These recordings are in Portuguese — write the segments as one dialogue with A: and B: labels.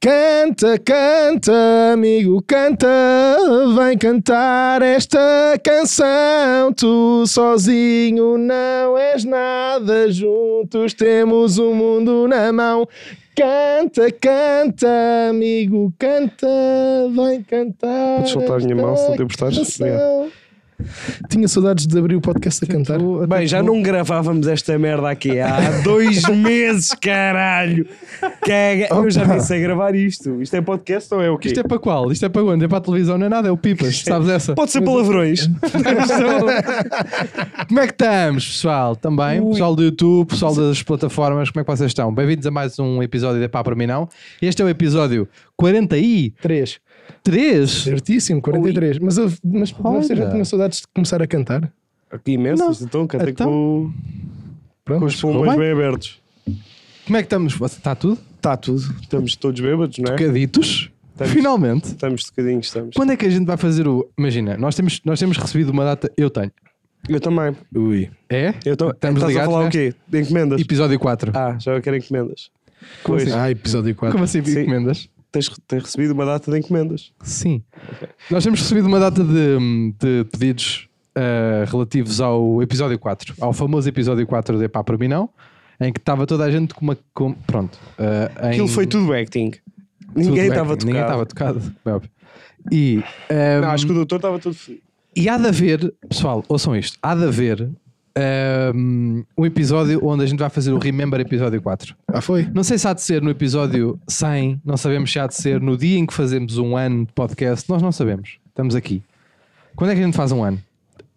A: Canta, canta, amigo, canta, vem cantar esta canção. Tu sozinho não és nada, juntos temos o mundo na mão. Canta, canta, amigo, canta, vem cantar.
B: Podes soltar a minha
A: esta
B: mão se não te importares?
A: canção. Tinha saudades de abrir o podcast a cantar.
C: Bem, já não gravávamos esta merda aqui há dois meses, caralho.
B: é-
C: Caga- Eu já nem sei gravar isto. Isto é podcast ou é o quê?
D: Isto é para qual? Isto é para quando? É para a televisão, não é nada, é o Pipas, sabes essa?
C: Pode ser palavrões.
D: Como é que estamos, pessoal? Também?
C: Ui.
D: Pessoal do YouTube, pessoal das plataformas, como é que vocês estão? Bem-vindos a mais um episódio de Pá para mim não. Este é o episódio 43.
A: 3. Certíssimo, 43. Mas, eu- mas você já
D: Olha.
A: tinha saudades de começar a cantar?
B: Imensos, então cantei
D: Então-
B: com,
A: Pronto.
B: com os pulmões bem
D: bem?
B: abertos.
D: Como é que estamos? Você está tudo?
B: Está tudo. Estamos todos bêbados, não é?
D: Caditos?
B: Estamos.
D: Finalmente.
B: Estamos tocadinhos, estamos.
D: Quando é que a gente vai fazer o. Imagina, nós temos, nós temos recebido uma data. Eu tenho.
B: Eu também. Ui.
D: É?
B: Eu tam...
D: Estamos
B: Estás a
D: ligados,
B: falar
D: né?
B: o quê? De encomendas?
D: Episódio 4.
B: Ah, já quero encomendas.
D: Como
B: Pois,
D: assim?
A: Ah, episódio 4.
D: Como assim,
B: Sim.
D: encomendas?
B: tens, tens recebido uma data de encomendas.
D: Sim. Nós temos recebido uma data de, de pedidos eh, relativos ao episódio 4, ao famoso episódio 4 de Epá para mim não, em que estava toda a gente com uma. com- pronto. eh, em-
B: Aquilo foi tudo acting.
D: tudo
B: Ninguém
D: acting,
B: estava tocado.
D: Ninguém estava tocado. como é óbvio. E, eh,
B: Não, acho que o doutor estava tudo fodido.
D: e há de haver, pessoal, ouçam isto, há de haver. eh, um episódio onde a gente vai fazer o Remember episódio 4.
A: Ah, foi?
D: Não sei se há de ser no episódio 100, não sabemos se há de ser no dia em que fazemos um ano de podcast, nós não sabemos. Estamos aqui. Quando é que a gente faz um ano?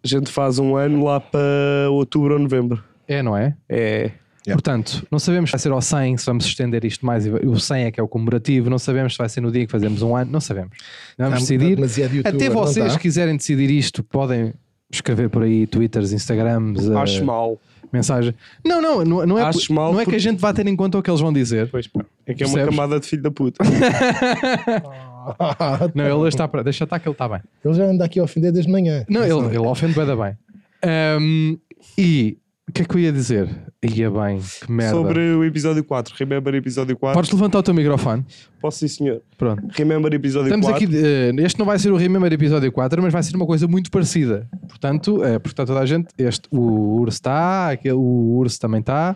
B: A gente faz um ano lá para outubro ou novembro.
D: É, não é?
B: É.
A: Yeah.
D: Portanto, não sabemos se vai ser ao 100, se vamos estender isto mais. e vai- O 100 é que é o comemorativo, não sabemos se vai ser no dia em que fazemos um ano, não sabemos. Vamos
A: Está
D: decidir.
A: demasiado é youtuber,
D: Até
A: não
D: vocês
A: está?
D: que quiserem decidir isto, podem escrever por aí twitters, instagrams, eh,
B: Acho mal.
D: mensagem. Não, não, não, não é,
B: Acho mal
D: não é que
B: porque-
D: a gente vá ter em conta o que eles vão dizer.
B: Pois pá. É que é uma
D: Percebes?
B: camada de filho da puta.
D: Não, ele está para. Deixa estar que ele está bem.
A: Ele já anda aqui a ofender desde manhã.
D: Não, ele, ele ofende bem da bem. Ahm, e o que é que eu ia dizer? Ia bem, que merda.
B: Sobre o episódio 4. Remember episódio 4.
D: Podes levantar o teu microfone?
B: Posso sim, senhor.
D: Pronto.
B: Remember episódio
D: Estamos
B: 4.
D: aqui. eh, este não vai ser o Remember episódio 4, mas vai ser uma coisa muito parecida. Portanto, eh, porque está toda a gente. Este, o urso está, aquele, o urso também está.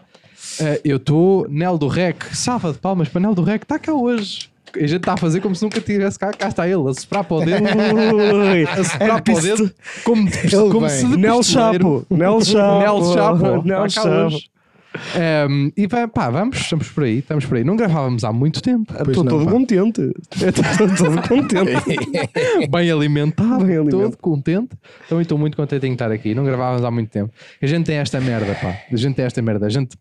D: Eh, eu estou, Nel do Rec, salva de palmas para Nel do Rec, está cá hoje. A gente está a fazer como se nunca tivesse cá, cá está ele, a soprar para o dedo, a soprar para o dedo, como, como se de
B: Nel
D: pistoleiro-
B: Chapo. Nel Chapo.
D: Nel Chapo.
B: Nel
D: Está cá
B: Chapo.
D: hoje. Um, e pá, pá, vamos, estamos por aí, estamos por aí. Não gravávamos há muito tempo.
A: Pois
B: Estou
A: não,
B: todo
A: pá.
B: contente. Estou todo contente.
D: Bem alimentado,
B: Bem alimentado.
D: todo contente. Também estou muito contente em estar aqui. Não gravávamos há muito tempo. A gente tem esta merda, pá. A gente tem esta merda. A gente.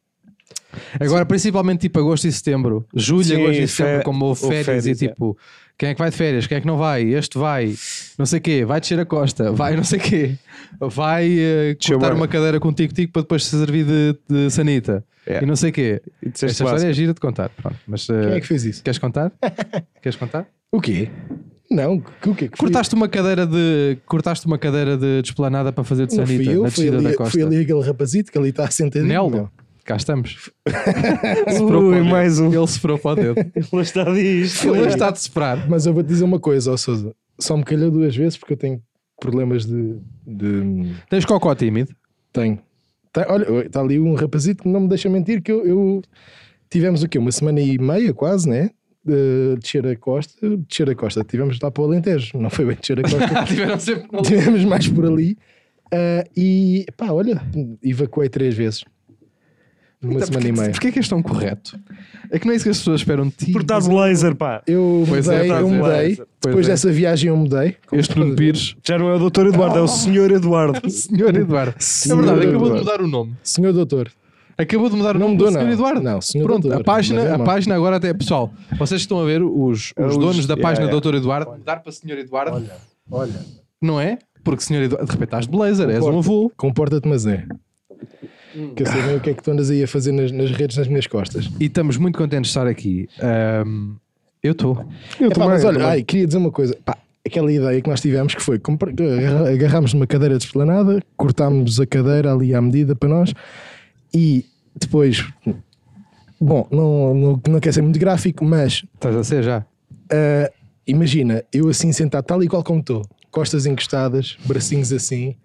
D: Agora, principalmente tipo agosto e setembro, julho,
B: Sim,
D: agosto e
B: fe-
D: setembro, como houve
B: houve
D: férias,
B: férias,
D: e
B: é.
D: tipo, quem é que vai de férias? Quem é que não vai? Este vai, não sei o quê, vai descer a costa, vai não sei o quê, vai eh,
B: Deixa eu
D: cortar
B: ver.
D: uma cadeira com tico-tico para depois se servir de, de sanita
B: É.
D: e não sei o quê.
B: E disseste
D: Esta
B: básico.
D: história é gira de contar, pronto. Mas
A: Quem
D: eh,
A: é que fez isso?
D: queres contar? queres contar?
A: O quê? Não, que- o quê? Que fui-
D: Cortaste uma cadeira de cortaste uma cadeira de desplanada para fazer de
A: Não fui
D: sanita
A: eu,
D: na
A: fui
D: descida
A: ali,
D: da
A: fui
D: costa.
A: ali aquele rapazito que ali está sentadinho.
D: Neldo,
A: meu.
D: cá estamos. Soprou para
B: Ui,
D: o
B: mais um.
D: dedo. Ele soprou para o dedo.
B: Ele está disto.
D: Ele hoje está de soprar.
A: Mas eu vou-te dizer uma coisa, ó Sousa. Só me calhou duas vezes porque eu tenho problemas de... de-
D: Tens cocó tímido?
A: Tenho. Tá- olha, está ali um rapazito que não me deixa mentir que eu... eu- Tivemos o quê? Uma semana e meia quase, né? De descer a costa. Descer a costa. Tivemos lá para o Alentejo. Não foi bem descer a costa.
D: Tiveram sempre uma
A: Tivemos mais por ali. Ah, e pá, olha, evacuei três vezes. Numa
D: Então,
A: semana
D: porquê
A: e
D: que-
A: meia.
D: Porquê que és tão correto? É que não é isso que as pessoas esperam de ti.
B: Porque estás laser, pá.
A: Eu
D: Pois é,
A: mudei,
D: pois
A: eu
D: é.
A: mudei.
B: Pois
A: Depois
D: é.
A: dessa viagem eu mudei.
D: Este Nuno Pires, Oh.
B: Já não é o doutor Eduardo, é o senhor Eduardo.
D: senhor Eduardo.
A: Senhor
D: é verdade, acabou
A: Eduardo.
D: de mudar o nome.
A: Senhor doutor,
D: Acabou de mudar o
A: Não
D: nome
A: mudou,
D: do senhor
A: não.
D: Eduardo.
A: Não, senhor
D: Pronto,
A: doutor.
D: a página,
A: Mas é
D: a
A: mau.
D: página agora até, pessoal, vocês estão a ver os,
B: É
D: os
B: os-
D: donos da
B: yeah,
D: página
B: yeah.
D: do Dr. Eduardo mudar para senhor Eduardo,
A: olha,
D: não é? Porque senhor Eduardo, de repente estás de blazer, és um avô.
A: comporta-te, mas é. Que eu sei bem o que é que tu andas aí a fazer nas, nas redes nas minhas costas.
D: E estamos muito contentes de estar aqui. Ahm, eu estou.
A: Epá,
B: também,
A: mas
B: eu
A: olha,
B: também.
A: ai, queria dizer uma coisa. Pá, aquela ideia que nós tivemos que foi compra- agarra- agarrámos numa cadeira desplanada, cortámos a cadeira ali à medida para nós e depois Bom, não, não, não quer ser muito gráfico, mas
D: Estás a ser já.
A: ah, imagina, eu assim sentado tal e qual como estou, costas encostadas, bracinhos assim,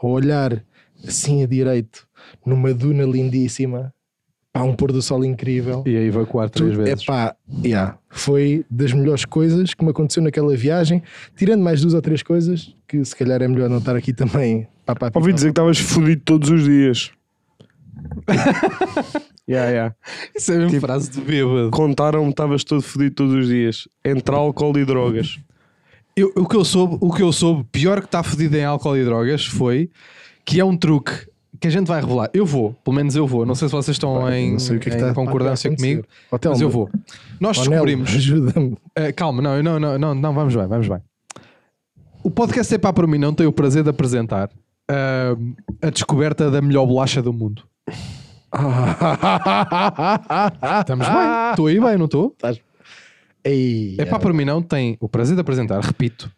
A: a olhar assim a direito, numa duna lindíssima, pá, um pôr do sol incrível.
D: E a evacuar três
A: Tudo-
D: vezes.
A: Epá, yeah, foi das melhores coisas que me aconteceu naquela viagem, tirando mais duas ou três coisas, que se calhar é melhor não estar aqui também. Pá, pá,
B: Ouvi
A: pá,
B: dizer que estavas fodido todos os dias. yeah, yeah.
D: Isso é uma
B: Tipo-
D: frase de bêbado.
B: Contaram-me que estavas todo fodido todos os dias. Entre álcool e drogas.
D: Eu- o, que eu soube, o que eu soube, pior que está fodido em álcool e drogas, foi que é um truque que a gente vai revelar. Eu vou, pelo menos eu vou. Não sei se vocês estão
A: pá,
D: em,
A: não sei o que é que
D: em
A: está-
D: concordância
A: pá, está a
D: comigo,
A: acontecer. Ó, Telmo,
D: mas eu vou. Nós
A: ó, Nelo,
D: descobrimos.
A: Ajuda-me.
D: Ah, calma, não, não, não, não, não, vamos bem, vamos bem. O podcast é para por mim, não tenho o prazer de apresentar ah, a descoberta da melhor bolacha do mundo. Estamos bem, estou aí bem, não estou?
A: Ei,
D: É pá, por mim não tem o prazer de apresentar, repito,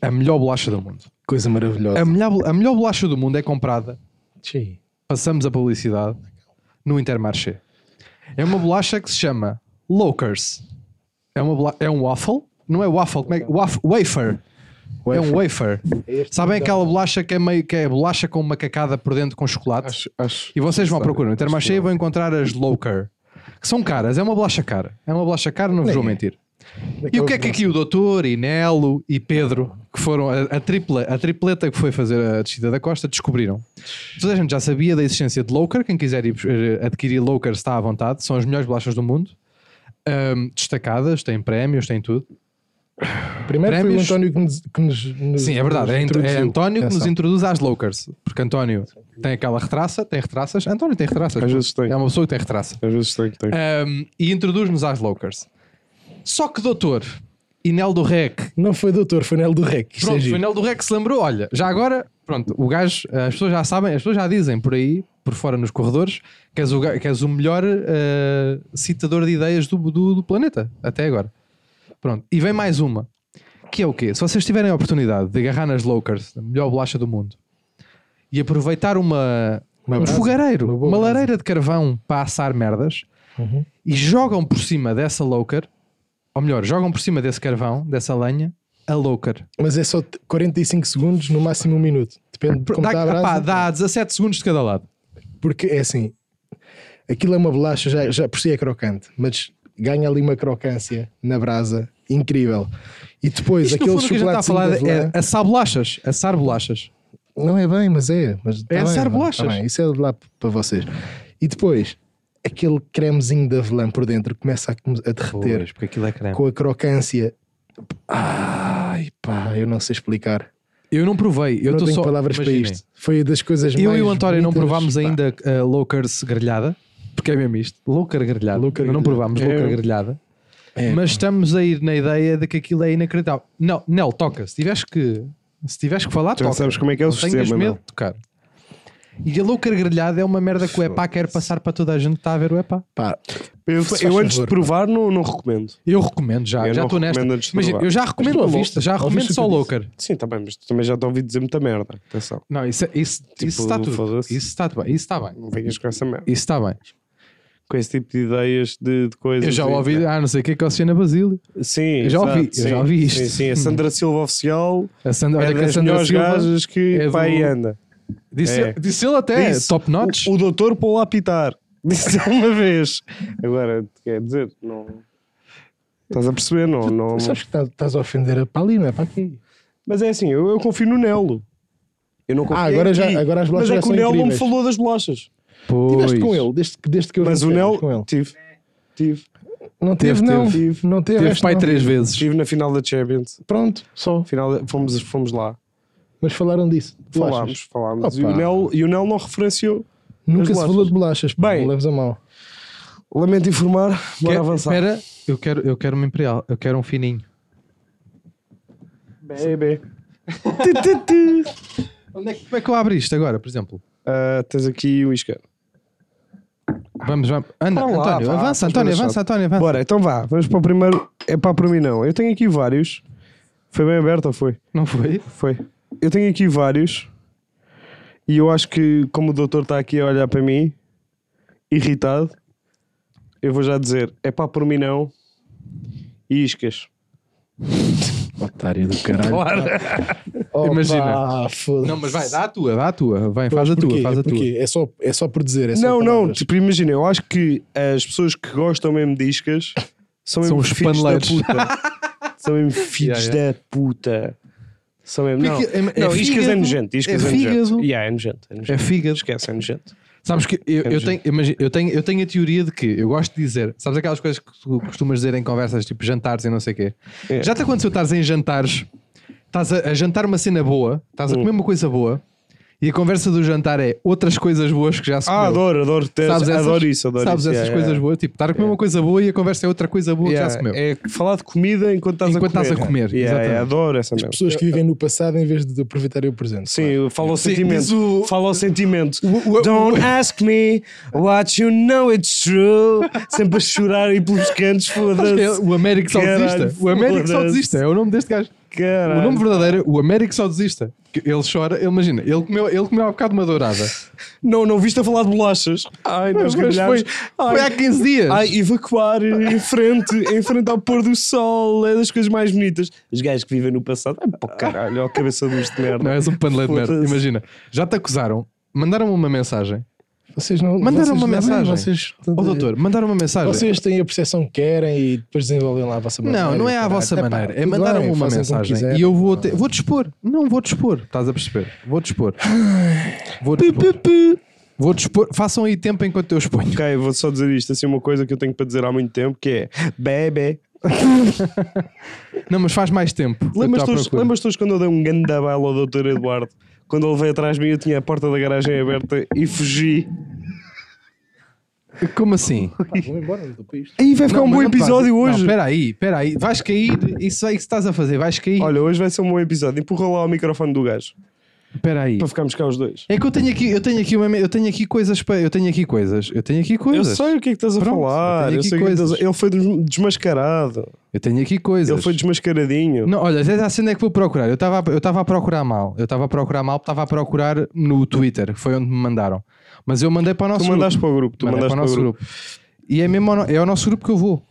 D: a melhor bolacha do mundo.
A: coisa maravilhosa.
D: A melhor, a melhor bolacha do mundo é comprada,
A: Tchê.
D: passamos a publicidade, no Intermarché. É uma bolacha que se chama Lockers. É, uma bola- é um waffle? Não é waffle, como é que... waf- wafer. É um wafer. Sabem aquela bolacha que é meio que é bolacha com macacada por dentro com chocolate?
B: acho.
D: E vocês vão procurar no Intermarché e vão encontrar as Loker, que são caras, é uma bolacha cara. É uma bolacha cara, não vos vou mentir. E o que é que aqui o doutor e Nelo e Pedro, que foram a, a tripla, a tripleta que foi fazer a descida da costa, descobriram? Toda a gente já sabia da existência de Loker, quem quiser ir, eh, adquirir Loker está à vontade, são as melhores bolachas do mundo. Ahm, destacadas, têm prémios, têm tudo.
A: Primeiro
D: Prémios-
A: foi o António que nos, que nos- nos-
D: Sim, é verdade.
A: nos
D: É, Ant- é
A: introduziu.
D: António que nos
A: Atenção.
D: introduz às Lokers. Porque António tem aquela retraça, tem retraças. António tem retraças.
B: Às
D: pô.
B: vezes tem.
D: É uma pessoa que tem retraça.
B: Às vezes tem que ter.
D: Um, e introduz-nos às Lokers. Só que, doutor, Inel do Rec.
A: Não foi doutor, foi Nel do Rec. Isto é
D: Pronto, o
A: giro.
D: Inel do Rec se lembrou. Olha, já agora, pronto, o gajo, as pessoas já sabem, as pessoas já dizem por aí, por fora nos corredores, que és o, ga- que és o melhor eh, citador de ideias do, do- do planeta, até agora. Pronto, e vem mais uma. Que é o quê? Se vocês tiverem a oportunidade de agarrar nas Lokers, a melhor bolacha do mundo, e aproveitar uma,
A: Uma
D: um
A: brasa,
D: fogareiro,
A: uma
D: uma,
A: boa brasa. Uhum.
D: lareira de carvão para assar merdas, e jogam por cima dessa Loker, ou melhor, jogam por cima desse carvão, dessa lenha, a Loker.
A: Mas é só t- 45 segundos, no máximo um minuto. Depende de como
D: Dá,
A: está a brasa.
D: epá, dá 17 segundos de cada lado.
A: Porque é assim, aquilo é uma bolacha, já, já por si é crocante, mas ganha ali uma crocância na brasa incrível. E depois,
D: Isto no
A: aquele
D: fundo o que a gente está a
A: chocolate
D: falar
A: da
D: é
A: Velã-
D: assar bolachas, assar bolachas.
A: Não é bem, mas é. Mas tá
D: É assar
A: bem, tá
D: bolachas.
A: bem, isso é de lá p- para vocês. E depois, aquele cremezinho de avelã por dentro começa a, come- a derreter
D: porque aquilo é creme.
A: com a crocância. Ai pá, eu não sei explicar.
D: Eu não provei,
A: não
D: eu estou
A: tenho
D: só.
A: palavras
D: imaginem,
A: para isto. Foi das coisas mais.
D: Eu e o António não
A: bonitas,
D: provámos
A: pá.
D: ainda a Lowkers grelhada, porque é mesmo isto, Lowker grelhada.
A: Low carb
D: não provámos
B: grelhada.
D: Lowker
B: É.
D: grelhada,
A: É,
D: mas estamos a ir na ideia de que aquilo é inacreditável. Não, Nel, toca, se tiveres que, se tiveres que falar,
B: Já
D: toca.
B: sabes como é que é o
D: Não tenhas
B: sistema,
D: medo
B: não?
D: de tocar. E a Lowker grelhada é uma merda que o EPA quer passar para toda a gente que está a ver o EPA.
A: pá,
B: Eu,
A: Faz
B: eu antes de
A: favor,
B: provar, não, não recomendo.
D: Eu recomendo já,
B: Eu
D: já
B: não
D: estou nesta.
B: recomendo antes de
D: Imagina,
B: provar.
D: eu já recomendo
A: tu
D: a
A: ouviste-
D: vista, já
A: ouviste
D: recomendo
A: o que
D: só
A: eu disse?
D: Loker.
B: Sim, está bem, mas também já te ouvi dizer muita merda. Atenção,
D: Não, isso, é- isso, isso está tudo.
B: Tipo, foda-se.
D: Isso está bem, isso está bem.
B: não venhas com essa merda.
D: Isso está bem.
B: Com esse tipo de ideias de, de coisas.
D: Eu já
B: e-
D: ouvi, ah, não sei o que é que é o Oceana Basílio.
B: Sim,
D: Eu já ouvi,
B: exato,
D: eu
B: sim,
D: já ouvi isto.
B: Sim, sim, a Sandra Silva oficial
D: A Sandra,
B: é
D: olha que a
B: das
D: Sandra
B: melhores
D: Silva
B: gajas que
D: é do-
B: vai e anda.
D: disse,
B: É.
D: disse ele até,
B: Disse
D: top notch.
B: O, o doutor Paulo Apitar disse uma vez. Agora, quer dizer, não. Estás a perceber? Não, não...
A: sabes que tá- estás a ofender a Palina, para aqui.
B: Mas é assim, eu, eu confio no Nelo. Eu não confio
A: Ah, agora
B: em
A: já-
B: ti.
A: agora as bolachas
B: Mas
A: já
B: é que
A: são
B: o Nelo não me
A: incríveis.
B: falou das bolachas.
A: Estiveste
D: Pois.
A: com ele, desde, que- desde que eu
B: Mas o
A: vim, estiveste
B: Nelo.
A: com ele.
B: Tive. Tive.
A: Não teve,
D: Teve,
A: não.
B: teve.
A: Não teve.
D: Teve
A: este
D: pai
A: não.
D: três vezes.
B: Estive na final da Champions.
A: Pronto, só.
B: Final da- fomos, fomos lá.
A: Mas falaram disso. de bolachas.
B: Falámos, falámos. E
A: Opa.
B: o, Nelo, e o Nelo não referenciou.
A: Nunca
B: As
A: se falou de bolachas. pá,
B: Bem.
A: não leves a mal.
B: Lamento informar, bora
D: Quer-
B: avançar.
D: é- Espera, eu quero, eu quero um Imperial, eu quero um fininho.
B: Baby.
D: Como é que eu abro isto agora, por exemplo?
B: Ah, tens aqui o isqueiro.
D: Vamos, vamos. Anda,
B: Vá lá,
D: António,
B: vá,
D: avança,
B: estás
D: António,
B: bem
D: avança,
B: achado.
D: António, avança.
B: Bora, então vá, vamos para o primeiro. É pá, para mim não. Eu tenho aqui vários. Foi bem aberto ou foi?
D: Não foi?
B: Foi. Eu tenho aqui vários. E eu acho que, como o doutor está aqui a olhar para mim, irritado, eu vou já dizer, é pá, por mim não. E iscas.
A: Otário do caralho. Opa,
D: Imagina.
A: foda-se.
D: Não, mas vai, dá a tua, dá a tua. Vai,
A: Pois,
D: faz a tua,
A: porquê?
D: faz a tua.
A: Porquê? É só, é só por dizer. É só
B: não, não,
A: palavras.
B: tipo, imagina, eu acho que as pessoas que gostam mesmo de iscas são
D: São
B: mesmo
D: os
B: filhos da
D: paneleiros.
B: puta. são mesmo filhos
D: Yeah,
B: da puta. São mesmo. Não,
D: Porque é- é
B: não iscas é
D: fígado,
B: nojento, iscas
D: é
B: é nojento.
D: fígado.
B: Yeah, é nojento, é
D: É
B: nojento.
D: fígado.
B: Esquece, é nojento.
D: Sabes que eu, eu
B: Entendi.
D: tenho, imagina, eu, tenho, eu tenho a teoria de que eu gosto de dizer, sabes aquelas coisas que tu costumas dizer em conversas, tipo jantares e não sei o quê.
B: É.
D: Já te aconteceu estares em jantares, estás a, a jantar uma cena boa, estás a comer
B: Hum.
D: uma coisa boa e a conversa do jantar é outras coisas boas que já se
B: Ah,
D: comeu.
B: adoro, adoro, ter,
D: Sabes essas-
B: adoro isso, adoro
D: Sabes
B: isso.
D: essas
B: yeah,
D: coisas
B: yeah.
D: boas? Tipo, estar a comer uma coisa boa e a conversa é outra coisa boa que já se
B: Yeah,
D: comeu.
B: É falar de comida enquanto estás
D: Enquanto
B: a comer.
D: estás a comer,
B: Yeah, yeah,
D: exatamente. Tipo,
B: adoro essa merda.
A: Pessoas que vivem no passado em vez de aproveitarem o presente.
B: Sim, fala ao
D: Sim, diz
B: sentimento.
D: o-
B: Fala ao sentimento. Don't ask me what you know it's true. Sempre a chorar e pelos cantos,
D: Sabes que é
B: foda-se.
D: o Américo só
B: Caralho,
D: desista. O Américo só
B: foda-se.
D: desista, é o nome deste gajo. O
B: Caralho.
D: nome verdadeiro, o Américo só desista. Que Ele chora, ele- imagina, ele comeu, ele comeu há bocado uma dourada.
B: Não, não viste a falar de bolachas. Ai, nós
D: Mas foi,
B: gargalhámos.
D: foi há 15 dias.
B: Ai, evacuar em frente, em frente ao pôr do sol, é das coisas mais bonitas. Os gajos que vivem no passado, é pô, caralho, ó, cabeça de luz de merda.
D: Não, és um paneleiro de merda.
B: Foda-se.
D: Imagina, já te acusaram, mandaram uma mensagem.
A: Vocês não.
D: Mandaram
A: vocês
D: uma
A: não-
D: mensagem.
A: Vocês,
B: Então,
D: Ó doutor, mandaram uma mensagem.
A: Vocês têm a percepção que querem e depois desenvolvem lá a vossa maneira.
D: Não, não é à
A: caralho.
D: vossa
A: Epá,
D: maneira. É
A: tudo
D: mandaram
A: bem,
D: uma
A: fazem como
D: mensagem
A: quiserem.
D: e eu vou até. Vou dispor. Não, vou dispor. Estás a perceber? Vou dispor. Vou dispor. Vou dispor. Façam aí tempo enquanto eu exponho.
B: Ok, vou só dizer isto, assim, uma coisa que eu tenho para dizer há muito tempo, que é bebê.
D: Não, mas faz mais tempo. Eu
B: Lembras-te
D: estou à
B: hoje-
D: procura.
B: lembras-te hoje quando eu dei um grande baila ao Dr. Eduardo? Quando ele veio atrás de mim, eu tinha a porta da garagem aberta e fugi.
D: Como assim?
A: Vão embora do país.
B: Aí vai ficar
D: Não,
B: um
D: mas
B: bom
D: não te faz-
B: episódio
D: Não,
B: hoje.
D: espera aí, espera aí. Vais cair. Isso aí que estás a fazer. Vais cair.
B: Olha, hoje vai ser um bom episódio. Empurra lá o microfone do gajo
D: Espera aí.
B: para ficarmos cá os dois.
D: É que eu tenho aqui, eu tenho aqui, uma, me- eu tenho aqui coisas para, eu tenho aqui coisas, eu tenho aqui
B: Eu
D: coisas,
B: sei o que é que estás a
D: Pronto, eu
B: falar.
D: tenho
B: Eu
D: aqui
B: sei o que é que estás a-
D: coisas.
B: Ele foi des- desmascarado.
D: eu tenho aqui coisas.
B: Ele foi desmascaradinho.
D: Não, olha, até a cena é que vou procurar. Eu estava, eu estava a procurar mal, eu estava a procurar mal, estava a procurar no Twitter, que foi onde me mandaram. Mas eu mandei para o nosso
B: Tu
D: grupo.
B: mandaste para o grupo. Tu
D: Mandei
B: mandaste
D: para o nosso grupo. E é mesmo, ao no- é ao nosso grupo que eu vou.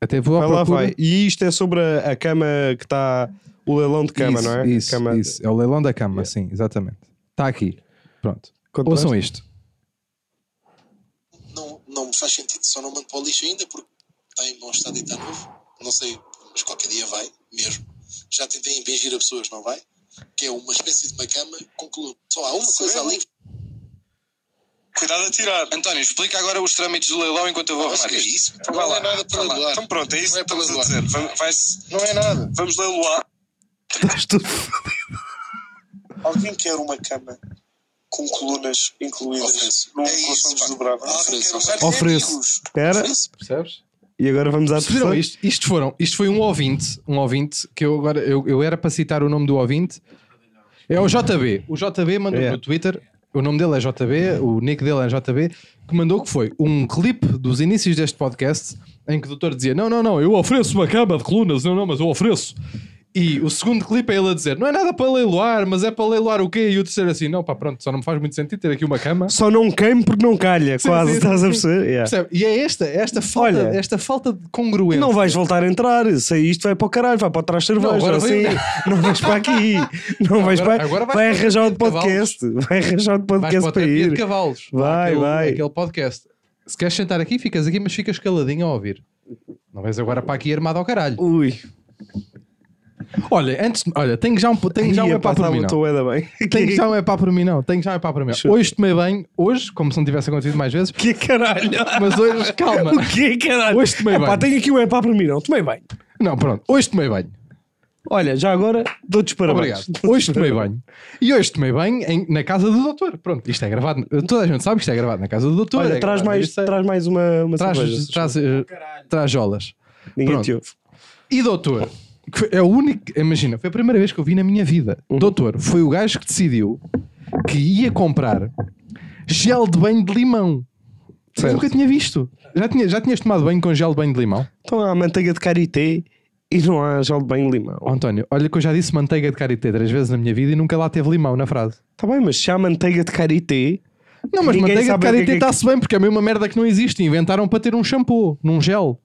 D: Até vou à
B: Vai lá,
D: procura.
B: vai. E isto é sobre a, a cama que está. O leilão de cama,
D: isso,
B: não é?
D: Isso,
B: cama...
D: isso. É o leilão da cama, sim, exatamente. Está aqui. Pronto.
B: Contaste?
D: Ouçam isto.
E: não, não me faz sentido, só não mando para o lixo ainda porque está em bom estado e está novo. Não sei, mas qualquer dia vai, mesmo. Já tentei impingir a pessoas, não vai? Que é uma espécie de uma cama com clube. Só há uma coisa ali.
F: Cuidado a tirar.
G: António, explica agora os trâmites do leilão enquanto eu vou
E: Mas
G: arrumar
E: que é
G: isto.
E: isso?
F: Vá
E: Não
F: lá,
E: é nada para
F: vá lá.
E: leiloar.
F: Então pronto, é isso
E: Não é
F: que
E: para
F: estamos a
E: leiloar.
F: dizer. Vamos, vai-se-
E: Não é nada.
F: vamos leiloar. Alguém quer uma cama com colunas incluídas
E: Ofereço.
F: num
E: É isso,
F: colchão
E: pá.
F: desdobrável?
E: Ofereço,
F: Alguém quer
E: ofereço.
F: uma-
D: Ofereço.
B: Espera.
D: Percebes?
B: E agora vamos à
D: Perceberam
B: terceira.
D: isto? Isto, foram, isto foi um ouvinte, um ouvinte que eu agora eu, eu era para citar o nome do ouvinte. É o JB. O JB mandou
B: É.
D: no Twitter, o nome dele é JB, o nick dele é JB, que mandou que foi um clipe dos inícios deste podcast em que o doutor dizia: Não, não, não, eu ofereço uma cama de colunas, não, não, mas eu ofereço. E o segundo clipe é ele a dizer: Não é nada para leiloar, mas é para leiloar o quê? E o terceiro assim: Não, pá, pronto, só não me faz muito sentido ter aqui uma cama.
B: Só não queime porque não calha.
D: Sim,
B: quase,
D: sim,
B: estás
D: sim.
B: a perceber? Yeah.
D: Percebe? E é esta, esta falta,
B: Olha,
D: esta falta de congruência.
B: Não vais voltar a entrar, se é isto vai para o caralho, vai para trás de cerveja,
D: Não, agora
B: assim, não vais para aqui, não vais
D: Agora-
B: para.
D: agora vais
B: vai
D: para
B: arranjar outro
D: terapia de
B: podcast, vai arranjar outro
D: Vais para
B: podcast
D: a
B: para
D: terapia de
B: ir.
D: cavalos.
B: Vai,
D: aquele,
B: vai.
D: Aquele podcast. Se queres sentar aqui, ficas aqui, mas ficas caladinho a ouvir. Não vais agora para aqui armado ao caralho.
B: Ui,
D: Olha, antes, olha, tenho já um, tenho já um
B: Ia,
D: epá por
B: passava
D: mim
B: o
D: não.
B: teu é da bem.
D: Tenho já um epá por mim não. Tenho já um epá por mim não. Hoje tomei bem, hoje, como se não tivesse acontecido mais vezes,
B: Que caralho?
D: mas hoje, calma.
B: O que é, caralho?
D: Hoje tomei
B: Epá,
D: banho.
B: tenho aqui um epá para mim, não. Tomei bem.
D: Não, pronto, hoje tomei banho.
B: Olha, já agora dou-te os
D: Obrigado.
B: parabéns.
D: Hoje tomei banho. E hoje tomei banho em- na casa do doutor. Pronto, isto é gravado. Toda a gente sabe que isto é gravado na casa do doutor.
B: Olha,
D: é
B: traz
D: gravado-
B: mais,
D: isto é-
B: traz mais uma, uma
D: traz,
B: cerveja.
D: traz, eh, traz jolas.
B: Ninguém
D: pronto.
B: te ouve.
D: E doutor, que foi- é o único. Imagina, foi a primeira vez que eu vi na minha vida. Doutor, foi o gajo que decidiu que ia comprar gel de banho de limão. Eu nunca tinha visto. Já, tinha, já tinhas tomado banho com gel de banho de limão?
B: Então há manteiga de karité e não há gel de banho de limão.
D: Oh, António, olha que eu já disse
B: Tá
D: manteiga de karité três vezes na minha vida e nunca lá teve limão na frase.
B: Está bem, mas se há manteiga de karité,
D: Não, mas
B: Ninguém
D: manteiga
B: sabe
D: de
B: o que é
D: karité
B: que-
D: está-se bem, porque é a mesma merda que não existe. Inventaram para ter um shampoo, num gel.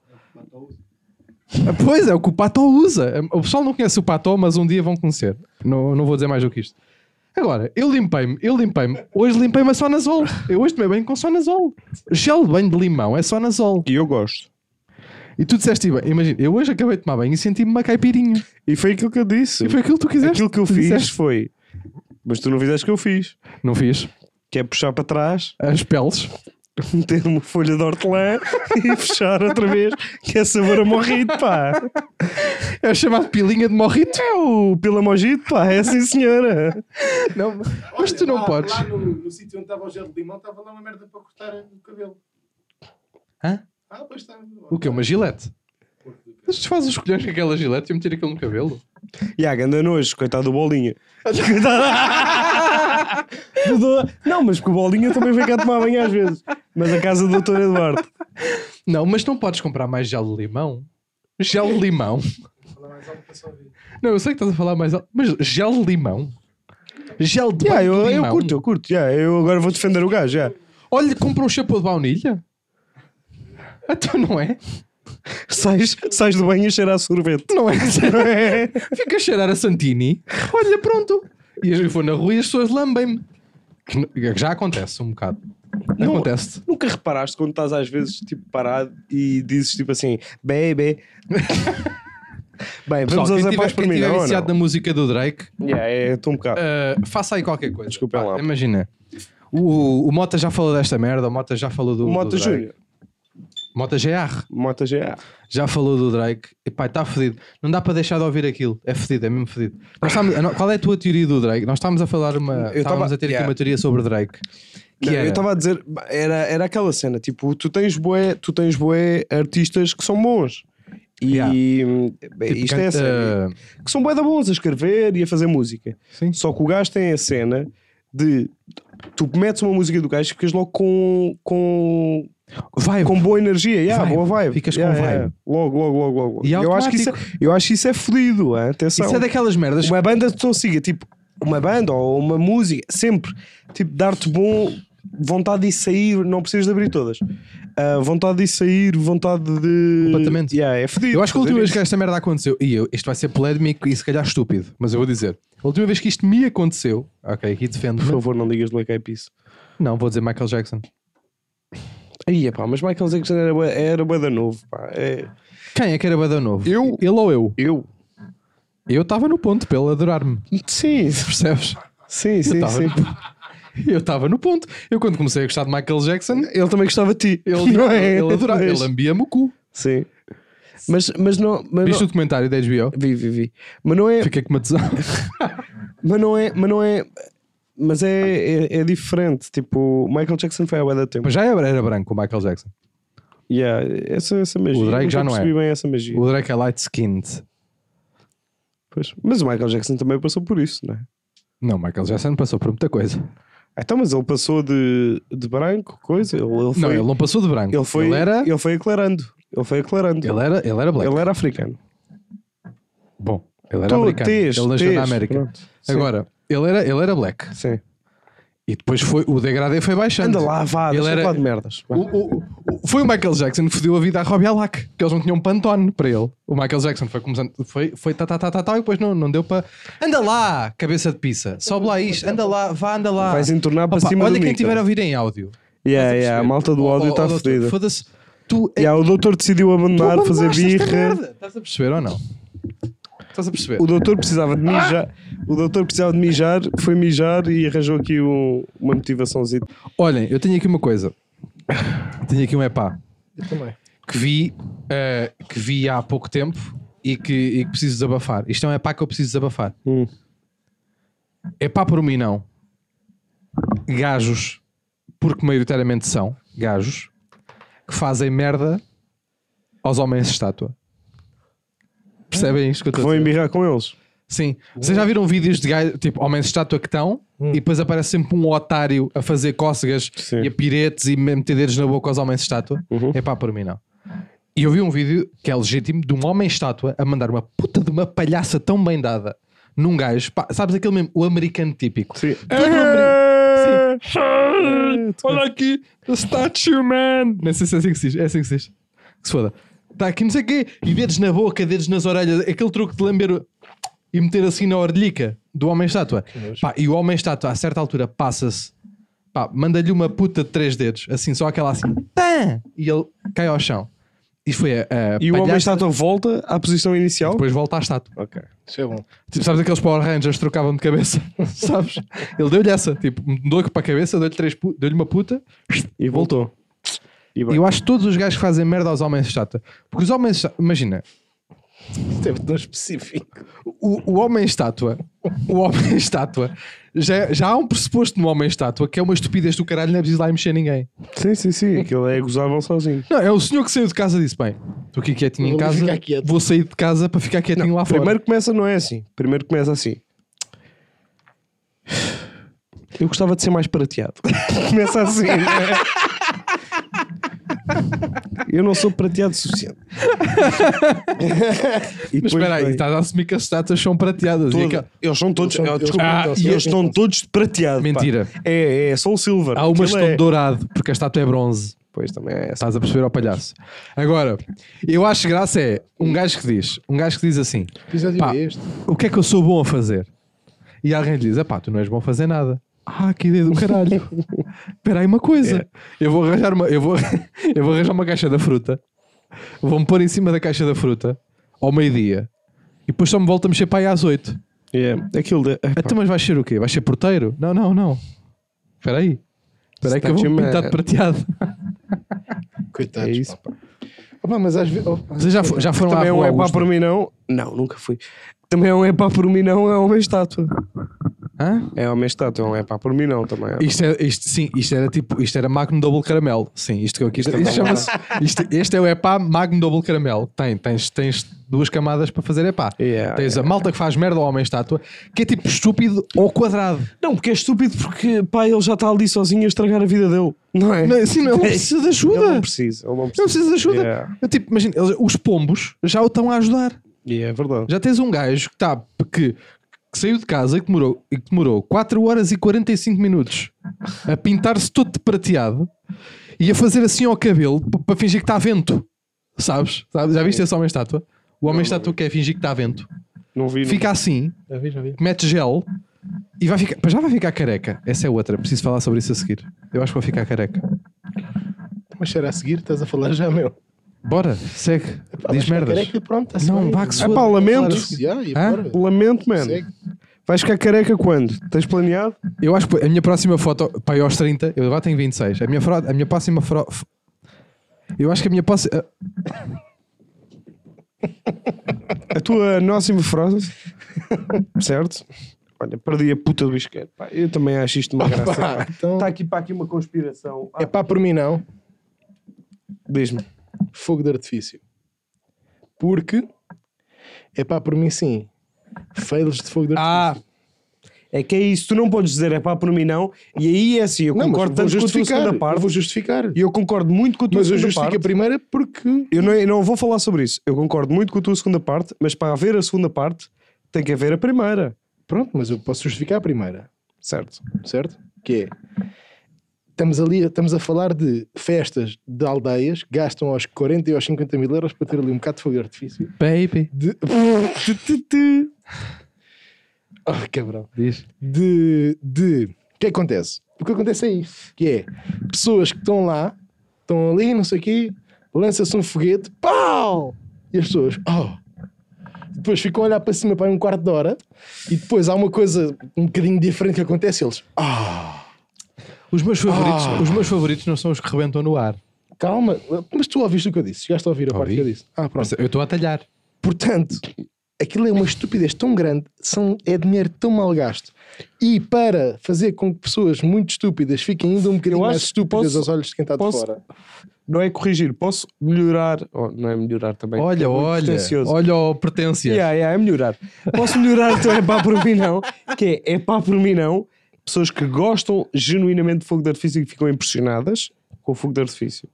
D: Pois é, o que o Pató usa. O pessoal não conhece o Pató, mas um dia vão conhecer. Não, não vou dizer mais do que isto. Agora, eu limpei-me, eu limpei-me. Hoje limpei-me a Sonazol. Eu hoje tomei banho com Sonazol. Gel de banho de limão é Sonazol.
B: E eu gosto.
D: E tu disseste, bem, imagina, eu hoje acabei de tomar banho e senti-me uma caipirinha.
B: E foi aquilo que eu disse.
D: E foi aquilo que tu quiseste.
B: Aquilo que eu
D: Tu
B: fiz
D: disseste.
B: foi. Mas tu não fizeste o que eu fiz.
D: Não fiz.
B: Que é puxar para trás,
D: As peles.
B: meter uma folha de hortelã e fechar outra vez. Que é sabor a morrito, pá.
D: É chamado pilinha de morrito.
B: É o pila mojito, pá. É assim, senhora.
D: Não, mas tu não
B: Ah,
A: lá,
D: podes.
A: Lá no, no sítio onde estava o gel de limão, estava lá uma merda para cortar o cabelo.
D: Hã?
A: Ah, pois está.
D: O que é uma gilete? Mas tu fazes os colhões com aquela gilete e meter aquilo no cabelo?
B: E a ganda nojo, coitado do bolinha. Coitado- Eu dou- não, mas porque o bolinha também vem cá tomar banho às vezes. Mas a casa do doutor Eduardo.
D: Não, mas não podes comprar mais gel de limão. Gel de limão. Não, eu sei que estás a falar mais alto, mas gel de limão. Gel de
B: Yeah,
D: banho
B: eu,
D: de
B: eu
D: limão.
B: curto, eu curto. Yeah, eu agora vou defender o gajo. Yeah.
D: Olha, compra um chapéu de baunilha. Então não é?
B: Sais, sais do banho e cheira a sorvete.
D: Não é? Fica a cheirar a Santini. Olha, pronto. E eu vou na rua e as pessoas lambem-me. Que n- que Já acontece um bocado.
B: Não.
D: Acontece.
B: Nunca reparaste quando estás às vezes tipo parado e dizes tipo assim, baby. Bem,
D: Pessoal,
B: vamos aos
D: quem
B: após por
D: tiver, quem
B: mim,
D: tiver
B: não, ou
D: viciado
B: não?
D: na música do Drake,
B: Yeah, é, estou um bocado.
D: Uh, faça aí qualquer coisa.
B: Desculpem lá.
D: Pá, Imagina. O, o Mota já falou desta merda, o Mota já falou do.
B: O
D: do
B: Mota
D: Drake.
B: Júnior,
D: Mota GR.
B: Mota GA.
D: Já falou do Drake. E pá, está fedido. Não dá para deixar de ouvir aquilo. É fedido, é mesmo fedido. Nós estamos- a no- qual é a tua teoria do Drake? Nós estávamos a falar uma.
B: Eu
D: estávamos
B: tava-
D: a ter
B: yeah.
D: aqui uma teoria sobre Drake. Que é.
B: Não,
D: era,
B: Eu estava a dizer, era, era aquela cena, tipo, tu tens bué, tu tens bué artistas que são bons. E
D: Yeah.
B: hum, bem,
D: tipo,
B: isto é a cena.
D: canta-
B: Que são bué da bons a escrever e a fazer música.
D: Sim.
B: Só que o gajo tem a cena de tu metes uma música do gajo e ficas logo com, com,
D: Vai,
B: com boa energia, yeah,
D: Vibe.
B: boa vibe.
D: Ficas com
B: Yeah,
D: vibe.
B: yeah. Logo, logo, logo, logo.
D: E
B: eu, acho que isso é, eu acho que isso é fodido, é? atenção.
D: isso é daquelas merdas.
B: Uma banda que consiga, tipo, uma banda ou uma música, sempre, tipo, dar-te bom vontade de sair, não precisas de abrir todas. Ah, vontade de sair, vontade de.
D: Completamente.
B: Yeah, é fodido.
D: Eu acho que a
B: fazer
D: última vez
B: isso.
D: que esta merda aconteceu, e eu, isto vai ser polémico e se calhar estúpido, mas eu vou dizer. A última vez que isto me aconteceu, ok, aqui defendo.
B: Por favor, não digas Black Eyed Peas.
D: Não, vou dizer Michael Jackson.
B: Aí, pá, mas Michael Jackson era, bué- era bué da novo, pá. É-
D: Quem é que era badão novo?
B: Eu?
D: Ele ou eu?
B: eu?
D: Eu estava no ponto para ele adorar-me,
B: Sim,
D: percebes?
B: sim, sim,
D: tava-
B: sim.
D: Eu estava no ponto. Eu quando comecei a gostar de Michael Jackson,
B: Ele também gostava de ti.
D: ele,
B: não é?
D: ele adorava,
B: Mas-
D: ele lambia-me o cu.
B: Sim. Mas, mas não. Mas
D: Viste
B: não...
D: o documentário da HBO?
B: Vi, vi, vi. Mas não é.
D: Fiquei com uma tesão.
B: Mas não é, mas não é, mas é, é, é diferente. Tipo, Michael Jackson foi há bué da tempo.
D: Mas já era era branco o Michael Jackson.
B: Yeah, essa, essa magia.
D: O Drake
B: Nunca
D: já não é.
B: percebi bem essa magia.
D: O Drake é light skinned.
B: Pois. Mas o Michael Jackson também passou por isso, não é?
D: Não, Michael Jackson passou por muita coisa.
B: Então, mas ele passou de, de branco, coisa. Ele, ele foi,
D: não, ele não passou de branco.
B: ele foi,
D: ele era, ele
B: ele foi aclarando. Ele foi aclarando. Ele,
D: era, ele era black.
B: era africano.
D: Bom, ele era
B: Tu,
D: americano.
B: tês,
D: ele nasceu na
B: tês,
D: América.
B: pronto. Sim,
D: Agora, ele era, ele era black.
B: sim.
D: E depois foi, o degradê foi baixando.
B: Anda lá, vá,
D: Ele
B: deixa
D: era-
B: falar de merdas. Vá.
D: O- o- o- foi o Michael Jackson que fodeu a vida a Robbie Alac, que eles não tinham um pantone para ele. O Michael Jackson foi começando, foi, foi tá, tá, tá, tá, tá, e depois não, não deu para. Anda lá, cabeça de pizza, sobe lá isto, anda lá, vá, anda lá.
B: Vais entornar para
D: Opa,
B: cima do
D: olha quem
B: micro.
D: estiver a ouvir em áudio.
B: Yeah, yeah, a malta do
D: Oh,
B: áudio tá está
D: oh, oh, doutor,
B: fodida.
D: Foda-se, tu é.
B: Yeah, o doutor decidiu
D: tu
B: abandonar, um fazer
D: abandonaste esta
B: birra.
D: merda. Estás a perceber ou não? Estás a perceber?
B: O doutor precisava de mijar. O doutor precisava de mijar, foi mijar e arranjou aqui um- uma motivaçãozinha.
D: Olhem, eu tenho aqui uma coisa. Tenho aqui um epá. Que vi, eh, que vi há pouco tempo e que, e que preciso desabafar. Isto é um epá que eu preciso desabafar.
B: Hum.
D: Epá por mim não. Gajos, porque maioritariamente são gajos, que fazem merda aos homens de estátua. Percebem isto que eu estou a
B: Vão
D: dizer?
B: embirrar com eles.
D: Sim. Vocês já viram vídeos de gajo, tipo, homens de estátua que estão e depois aparece sempre um otário a fazer cócegas
B: Sim.
D: e a piretes e me- meter dedos na boca aos homens de estátua? É pá, por mim não. E eu vi um vídeo que é legítimo de um homem estátua a mandar uma puta de uma palhaça tão bem dada num gajo, pá, sabes aquele mesmo, o americano típico.
B: Sim.
D: Tu és um amer- Sim,
B: Ah!
D: Olha aqui, a statue man. Não sei se é assim que se diz. É assim que se diz. Que se foda. Está aqui, não sei o quê. E dedos na boca, dedos nas orelhas. Aquele truque de lamber o- e meter assim na orelhica do homem-estátua. Pá, E o homem-estátua, a certa altura, passa-se. Pá, Manda-lhe uma puta de três dedos. Assim, só aquela assim. Pã! E ele cai ao chão. E foi a, a
B: E o
D: palhaça-
B: homem-estátua volta à posição inicial?
D: Depois volta à estátua.
B: Ok.
A: Isso é bom.
D: Tipo, sabes aqueles Power Rangers que trocavam de cabeça? sabes? Ele deu-lhe essa, tipo, mudou-lhe para a cabeça, deu-lhe três pu- deu-lhe uma puta
B: E voltou. E
D: e eu acho que todos os gajos que fazem merda aos homens estátua. Porque os homens. Imagina,
A: Isto é tão específico.
D: o, o homem estátua. O homem estátua. Já, já há um pressuposto no homem estátua que é uma estupidez do caralho, não é preciso lá mexer ninguém.
B: Sim, sim, sim. Aquilo é gozável sozinho.
D: Não, é o senhor que saiu de casa e disse: bem, estou aqui quietinho em
A: Vou
D: casa,
A: ficar quieto."
D: vou sair de casa para ficar quietinho lá fora.
B: Primeiro começa, não é assim. Primeiro começa assim. Eu gostava de ser mais prateado. começa assim. não é? Eu não sou prateado o suficiente. E
D: Mas
B: depois
D: espera aí,
B: vem
D: estás a assumir que as estátuas são prateadas.
B: todo-
D: E aquela-
B: Eles são todos.
A: Eles são-
B: ah, desculpa,
D: eles são-
B: e eles estão todos de prateado. pá.
D: Mentira.
B: É, é, é só o silver.
D: Há umas que
B: Aquilo
D: estão
B: é-
D: dourado, porque a estátua é bronze.
B: Pois também é essa.
D: Estás a perceber ao palhaço. Agora, eu acho graça é um gajo que diz, um gajo que diz assim:
A: Episódio
D: Pá.
A: é este.
D: o que é que eu sou bom a fazer? E alguém lhe diz: "Epá, tu não és bom a fazer nada. Ah, que ideia do caralho. Espera aí uma coisa. É. Eu vou arranjar uma, eu vou, eu vou arranjar uma caixa da fruta. Vou-me pôr em cima da caixa da fruta ao meio-dia. E depois só me volto a mexer para aí às oito.
B: É, aquilo de. epá.
D: Então, mas vais ser o quê? Vais ser porteiro? Não, não, não. Espera aí. Espera aí que eu vou
B: Statue
D: pintar de
B: man.
D: prateado.
A: Coitados.
B: É isso,
A: pá. Opa, mas às vezes. opa,
D: Vocês já, fo- já foram lá
B: Também é
D: para
B: um
D: o
B: é pá
D: Augusto?
B: por mim não. Não, nunca fui. Também é um é pá por mim não, é uma estátua.
D: Hã?
B: É uma estátua, é um é pá por mim não também.
D: Isto, é, isto, sim, isto era tipo, isto era Magnum Double Caramel. Sim, isto que eu
B: é
D: aqui isto,
B: um
D: isto chama-se- isto- Este é o EPA Magnum Double Caramel. Tem, tens, tens duas camadas para fazer EPA.
B: Yeah,
D: tens a malta que faz merda ao homem estátua, que é tipo estúpido ou quadrado.
B: Não, porque é estúpido porque pá, ele já está ali sozinho a estragar a vida dele. Não é?
D: Não, sim, não, ele precisa de ajuda.
B: Ele não
D: Ele
B: precisa, ele não
D: não
B: precisa.
D: precisa de ajuda.
B: Yeah.
D: Eu, tipo, imagina, eles- os pombos já o estão a ajudar.
B: E é verdade.
D: Já tens um gajo que, tá, que, que saiu de casa e que demorou, e que demorou 4 horas e 45 minutos a pintar-se todo de prateado e a fazer assim ao cabelo p- para fingir que está vento. Sabes? Sabes? Já viste esse homem-estátua? O homem-estátua quer fingir que está vento.
B: Não vi. não.
D: Fica assim,
A: Já vi, já vi.
D: mete gel e vai ficar. Mas já vai ficar careca. Essa é outra. Preciso falar sobre isso a seguir. Eu acho que vou ficar careca.
A: Mas será a seguir? Estás a falar já, meu.
D: Bora, segue.
A: Pá,
D: Diz
A: mas
D: merdas.
A: careca, pronto, está-se
D: Não,
A: bem.
D: vá que se
B: É pá,
D: foda. Ah?
B: lamento.
A: Isso, já, e
D: Hã?
A: bora.
B: Lamento, mano.
A: Segue.
B: Vais ficar careca quando? Tens planeado?
D: Eu acho que a minha próxima foto, pá, eu aos 30, eu agora tenho 26. A minha, fro, a minha próxima fro, f- Eu acho que a minha próxima.
B: A tua nossa frase. certo? Olha, perdi a puta do isqueiro. Pá, eu também acho isto uma graça.
A: Pá,
B: Ah, pá.
A: então,
B: Está aqui para aqui uma conspiração.
A: É pá, por mim não.
B: Diz-me.
A: Fogo de artifício. Porque. É pá, por mim sim. Fails de fogo de artifício.
D: Ah,
B: É que é isso, tu não podes dizer é pá por mim não, e aí é assim, eu
A: não, mas
B: concordo
A: vou
B: tanto com a tua
A: justificar.
B: segunda
A: eu
B: parte,
A: vou justificar.
B: e eu concordo muito com a tua
A: Mas eu
B: segunda
A: justifico
B: parte.
A: a primeira porque.
B: Eu não, eu não vou falar sobre isso, eu concordo muito com a tua segunda parte, mas para haver a segunda parte tem que haver a primeira,
A: Pronto, mas eu posso justificar a primeira,
B: certo?
A: certo? Que é. Estamos ali, estamos a falar de festas de aldeias que gastam aos 40 e aos 50 mil euros para ter ali um bocado de fogo de artifício.
D: baby.
A: De. Oh, cabrão.
D: Diz.
A: de, de o que é que acontece? O que acontece é isso, que é pessoas que estão lá, estão ali, não sei o quê, lança-se um foguete, pau! E as pessoas, oh! Depois ficam a olhar para cima para aí um quarto de hora e depois há uma coisa um bocadinho diferente que acontece e eles, "Ah,
D: Os meus favoritos, os meus favoritos não são os que rebentam no ar.
A: calma, mas tu ouviste o que eu disse, chegaste a ouvir a parte
D: Ouvi.
A: que eu disse. Ah, pronto.
D: Eu estou a talhar.
A: Portanto, aquilo é uma estupidez tão grande, são, é dinheiro tão mal gasto. E para fazer com que pessoas muito estúpidas fiquem ainda um bocadinho
B: Eu
A: mais
B: acho que
A: estúpidas
B: posso-
A: aos olhos de quem está
B: posso-
A: de fora.
B: Não é corrigir, posso melhorar, oh, não é melhorar também, é
D: Olha,
B: muito
D: olha.
B: pretencioso.
D: Olha o pertência.
B: Yeah, yeah, é melhorar. Posso melhorar então é pá por mim não, que é é pá por mim não, pessoas que gostam genuinamente de fogo de artifício e que ficam impressionadas com o fogo de artifício.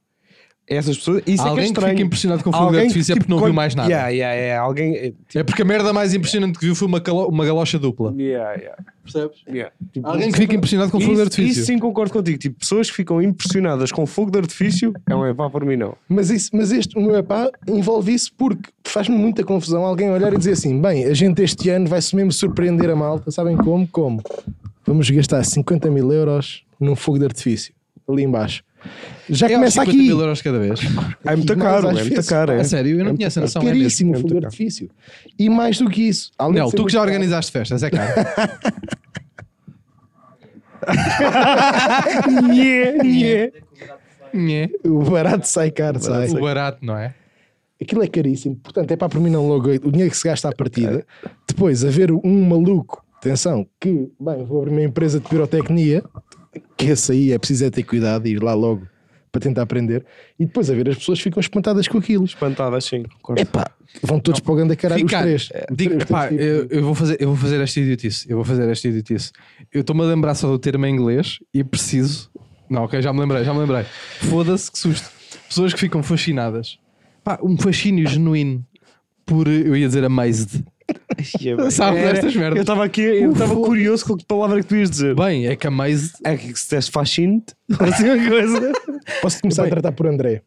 B: Essas pessoas. Isso é que é
D: Alguém que
B: estranho.
D: fica impressionado com o filme de
B: Alguém que,
D: artifício é porque não
B: quando-
D: viu mais nada.
B: Yeah, yeah, yeah. Alguém. eh,
D: É porque a merda mais impressionante que viu foi uma, calo- uma galocha dupla.
B: Yeah, yeah.
D: Percebes?
B: yeah. Tipo,
D: Alguém que fica impressionado com o fogo de
B: isso,
D: artifício.
B: Isso sim concordo contigo. Tipo, pessoas que ficam impressionadas com fogo de artifício é um epá por mim, não.
A: Mas, isso, mas este, o meu epá, envolve isso porque faz-me muita confusão alguém olhar e dizer assim: bem, a gente este ano vai-se mesmo surpreender a malta, sabem como? Como? Vamos gastar 50 mil euros num fogo de artifício, ali embaixo. Já
D: É aos
A: começa
D: 50
A: aqui.
D: mil euros cada vez.
B: É muito
A: mais
B: caro, é
A: às
B: muito
A: vezes.
B: caro. É.
D: A sério, eu não tinha essa noção. é mesmo.
A: Caríssimo
B: é
A: o fogo
B: muito
A: de
B: caro.
A: artifício. E mais do que isso, além
D: Nel,
A: de ser
D: tu que já
A: muito
D: organizaste festas, é caro.
B: Nhé,
D: assim é.
B: nhé.
D: Nhé.
A: caro, o barato sai caro,
B: Tá,
A: sai.
D: Tá, o barato, não é?
A: Aquilo é caríssimo. Portanto, é para por mim não logo o dinheiro que se gasta à partida. Depois, haver um maluco, atenção, que, bem, vou abrir uma empresa de pirotecnia, que esse aí é preciso é ter cuidado e ir lá logo para tentar aprender. E depois, haver as pessoas que ficam espantadas com aquilo.
B: Espantada, é sim. concordo.
A: Epá, vão todos para o ganda caralho os
D: Ficar. eh,
A: três. Os
D: Digo,
A: três, os
D: pá,
A: três tipos.
D: eu, eu vou fazer, eu vou fazer esta idiotice. Eu vou fazer esta idiotice. Eu estou-me a lembrar só do termo em inglês e preciso. Não, ok, já me lembrei, já me lembrei. Foda-se, que susto. Pessoas que ficam fascinadas. Pá, um fascínio genuíno por, eu ia dizer, amazed. Sabe
B: Era-
D: destas merdas?
B: é Eu estava aqui, eu estava curioso com que palavra que tu ias dizer.
D: Bem, é que amazed.
B: É que se disseste fascinte, assim uma coisa.
D: eh,
A: Posso começar a tratar por André.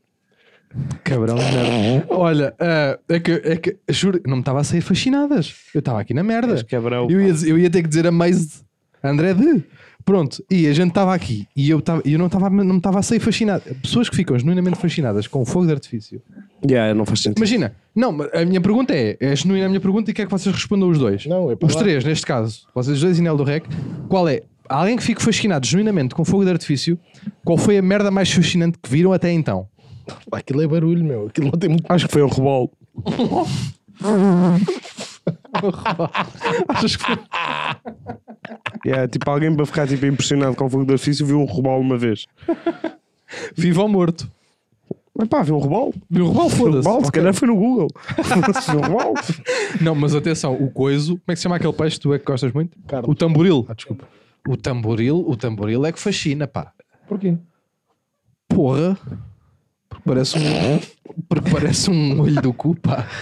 D: Cabrão de merda. Olha, ah, é, que, é que, juro, não me estava a sair fascinadas. Eu estava aqui na merda.
B: És cabrão,
D: eu, ia, dizer- eu ia ter que dizer a mais André de. Pronto, e a gente estava aqui e eu, tava, eu não estava não me tava a sair fascinado. Pessoas que ficam genuinamente fascinadas com fogo de artifício.
B: Yeah, não faz sentido.
D: Imagina, não, mas a minha pergunta é: é genuína a minha pergunta e quero que vocês respondam os dois.
A: Não, é para
D: os
A: lá.
D: três, neste caso, vocês dois e Nel do Rec. Qual é? Há Alguém que fique fascinado genuinamente com fogo de artifício, qual foi a merda mais fascinante que viram até então?
A: Pá, Aquilo é barulho, meu. Aquilo não tem muito.
B: Acho que foi um rebolo.
D: Achas que foi
B: Yeah, tipo, alguém para ficar tipo, impressionado com o fogo de artifício viu um robalo uma vez.
D: vivo ou morto?
B: Mas pá, viu um robalo?
D: Viu o rebalo,
B: Viu um
D: foda-se.
B: robalo? Se
D: Ok.
B: calhar foi no Google. Viu um robalo?
D: Não, mas atenção, o coiso, como é que se chama aquele peixe que tu é que gostas muito?
A: Carlos.
D: O tamboril.
A: Ah, desculpa.
D: O tamboril, o tamboril é que fascina, pá.
A: Porquê?
D: Porra. Porque parece um, porque parece um olho do cu, pá.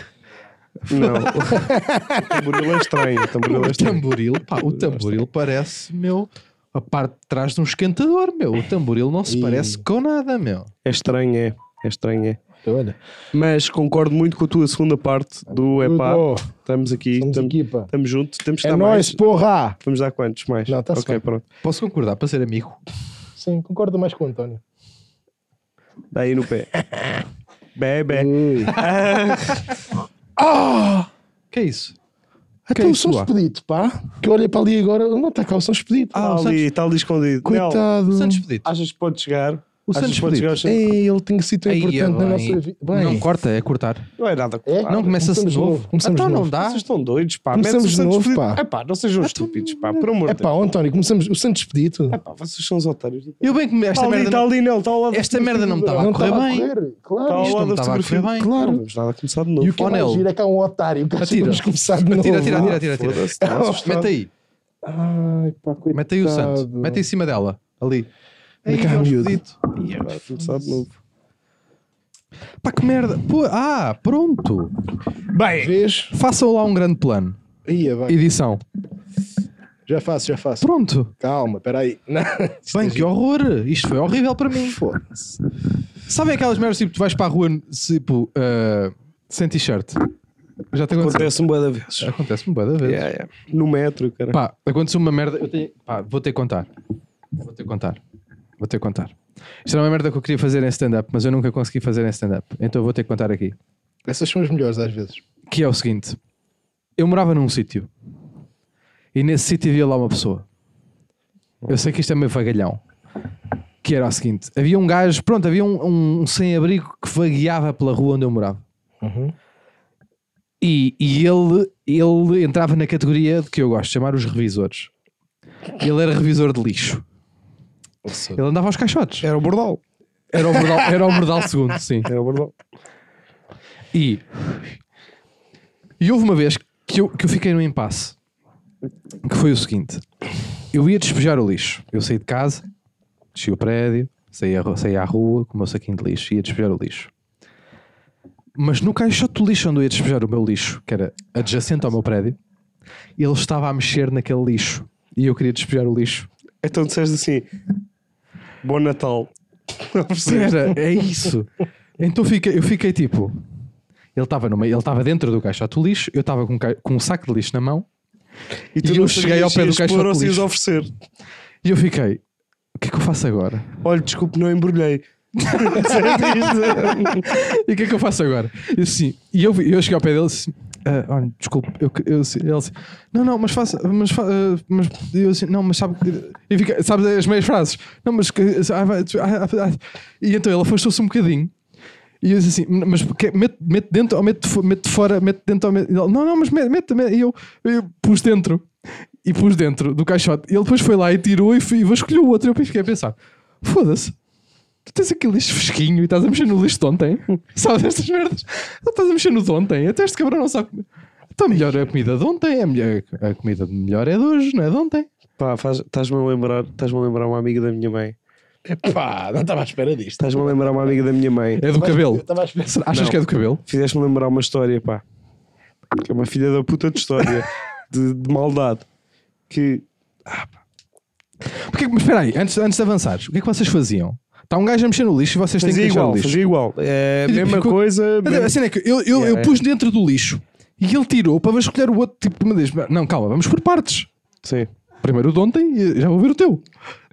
B: Não. o tamboril é estranho. O tamboril é
D: O
B: estranho.
D: tamboril, pá, o tamboril parece, meu, a parte de trás de um esquentador, meu. O tamboril não se
A: Ih.
D: parece com nada, meu.
B: É estranho, é. É estranho, é.
A: Olha,
B: Mas concordo muito com a tua segunda parte do epá.
A: Oh,
B: Estamos aqui,
A: estamos
B: estamos,
A: aqui, pá.
B: estamos juntos, temos que
A: É
B: dar
A: nóis,
B: mais.
A: porra!
B: Vamos dar quantos mais?
A: Não, tá tá-se
B: Ok,
A: bem.
B: pronto.
D: Posso concordar para ser amigo?
A: Sim, concordo mais com o António.
B: Dá aí no pé. Bebê.
A: Ui.
D: Que é isso? é
A: Então
D: Quem
A: o São
D: sua?
A: Expedito, pá, que olha para ali agora, não está cá o São Expedito.
B: Está Tá
D: o
B: ali,
D: Santos-
B: está ali escondido. Nel,
A: Coitado.
D: Santos
A: Ah,
D: Pedito.
B: achas que pode chegar?
D: O
B: Achas
D: Santos
B: que pode chegar
D: Pedito.
B: ao centro?
A: Ei, ele tem um sítio
D: Aí,
A: importante na
D: bem.
A: nossa vida. Bem,
D: Não corta, é cortar.
B: Não é nada.
A: É?
B: culpado.
D: Não começa-se de
A: começamos
D: novo.
A: novo, começamos
D: então não
A: novo.
D: dá. Ah,
B: Vocês estão doidos, pá.
A: Começamos
B: Metes o
A: de
B: Santos
A: novo,
B: Felipe-
A: pá.
B: É pá, não sejam estúpidos, pá. Por amor
A: é
B: de Deus.
A: pá, ó, António, começamos o Santos Expedito.
B: É pá, vocês são os otários.
D: Eu bem que me- esta
B: Está ali,
D: merda
B: está
D: não,
B: ali, Nel. Está ao lado da
D: esta merda não me estava
A: então, não
D: a correr
A: estava
D: bem.
A: correr, claro.
B: Está ao
D: Isto
B: lado
D: não
B: da
D: estava a
B: fotografia.
D: correr bem.
B: Claro, vamos nada a começar de
A: E
B: novo.
A: o que é
D: Ó, Nel.
A: mais giro é que há um otário que acha que
D: Atira.
A: vamos começar de novo.
D: Atira, atira, atira, atira,
B: Ah,
D: atira.
B: Foda-se, está assustado.
D: Mete É um aí,
A: Ai, pá, coitado.
D: mete aí o santo. Mete em cima dela, ali. Aí,
A: cá,
D: ó,
A: miúdo.
D: esquisito.
B: Ih, é, vai começar de novo.
D: Pá, que merda. Pô, ah, pronto.
B: Bem,
A: Vês?
D: Façam lá um grande plano.
A: Ia, vai.
D: Edição.
A: Já faço, já faço.
D: Pronto.
A: Calma, peraí. Não.
D: Bem, que horror. Isto foi horrível para mim.
A: é Foda-se.
D: Sabem aquelas merdas tipo, tu vais para a rua, tipo, ah, sem t-shirt? Já te aconteceu?
B: acontece um boa da
D: É
B: vez.
D: Acontece-me bué da vez.
B: Yeah, yeah. No metro, cara.
D: Pá, aconteceu uma merda. Eu tenho... Pá, vou ter que contar. Vou ter que contar. Vou ter que contar. Isto era uma merda que eu queria fazer em stand-up, mas eu nunca consegui fazer em stand-up. Então eu vou ter que contar aqui.
A: Essas são as melhores às vezes.
D: Que é o seguinte: eu morava num sítio e nesse sítio havia lá uma pessoa. Eu sei que isto é meio vagalhão. Que era o seguinte: havia um gajo, pronto, havia um, um sem-abrigo que vagueava pela rua onde eu morava.
B: Uhum.
D: E, e ele, ele entrava na categoria de que eu gosto de chamar os revisores. Ele era revisor de lixo. Ele andava aos caixotes.
B: Era o bordal.
D: Era o Bordal, era o Bordal segundo, sim.
B: Era É o bordal.
D: E, e houve uma vez que eu, que eu fiquei num impasse. Que foi o seguinte: eu ia despejar o lixo. Eu saí de casa, desci o prédio, Saí à, ru- saí à rua com o meu saquinho de lixo e ia despejar o lixo. Mas no caixote do lixo onde eu ia despejar o meu lixo, que era adjacente ao meu prédio, ele estava a mexer naquele lixo e eu queria despejar o lixo.
B: Então disseste assim: Bom Natal.
D: Pera, é isso. Então fiquei- eu fiquei tipo. Ele estava numa- ele estava dentro do caixote do lixo, eu estava com, um ca- com um saco de lixo na mão
B: tu
D: E
B: não
D: eu cheguei ao
B: sabias
D: pé do
B: se ias pôr
D: caixote de
B: ou se ias
D: lixo.
B: oferecer.
D: e eu fiquei. O que é que eu faço agora?
B: Olha, desculpe, não embrulhei.
D: E o que é que eu faço agora? E assim, e eu, vi- eu cheguei ao pé dele assim, "Ah, olha, desculpe, eu, que- eu, assim, ele assim, não, não, mas faça, mas, fa- ah, mas eu assim, não, mas sabe, que-" e fica, sabe as meias frases, não, mas que, ah, vai- ah, ah, ah." e então ele afastou-se um bocadinho. E eu disse assim, mas que- mete, mete dentro ou mete, fo- mete fora, mete dentro ou mete. Ele, não, não, mas mete, mete, mete." E eu, eu pus dentro. E pus dentro do caixote. Ele depois foi lá e tirou e, foi, e vasculhou o outro. E eu fiquei a pensar: foda-se, tu tens aquele lixo fresquinho e estás a mexer no lixo de ontem? Sabes estas merdas? Tu estás a mexer no de ontem? Até este cabrão não sabe. comer. Então, melhor é a comida de ontem, a, melhor, a comida melhor é de hoje, não é de ontem.
B: Pá, faz- estás-me a lembrar, estás-me a lembrar uma amiga da minha mãe.
A: Epá, não estava à espera disto.
B: Estás-me a lembrar uma amiga da minha mãe.
D: É do
A: Eu
D: cabelo.
A: estava à espera.
D: Será- Achas
B: Não.
D: que é do cabelo?
B: Fizeste-me lembrar uma história, pá. Que é uma filha da puta de história, de, de maldade. Que
D: Porque, mas espera aí, antes, antes de avançares, o que é que vocês faziam? Está um gajo a mexer no lixo e vocês têm que
B: fazia
D: deixar
B: igual,
D: o lixo.
B: fazia igual. É,
D: E tipo,
B: mesma
D: ficou-
B: coisa.
D: Mas A
B: mesmo-
D: cena é que eu, eu, eu
B: é.
D: pus dentro do lixo e ele tirou para escolher o outro tipo de uma vez. Não, calma, vamos por partes.
B: Sim.
D: Primeiro o de ontem e já vou ver o teu.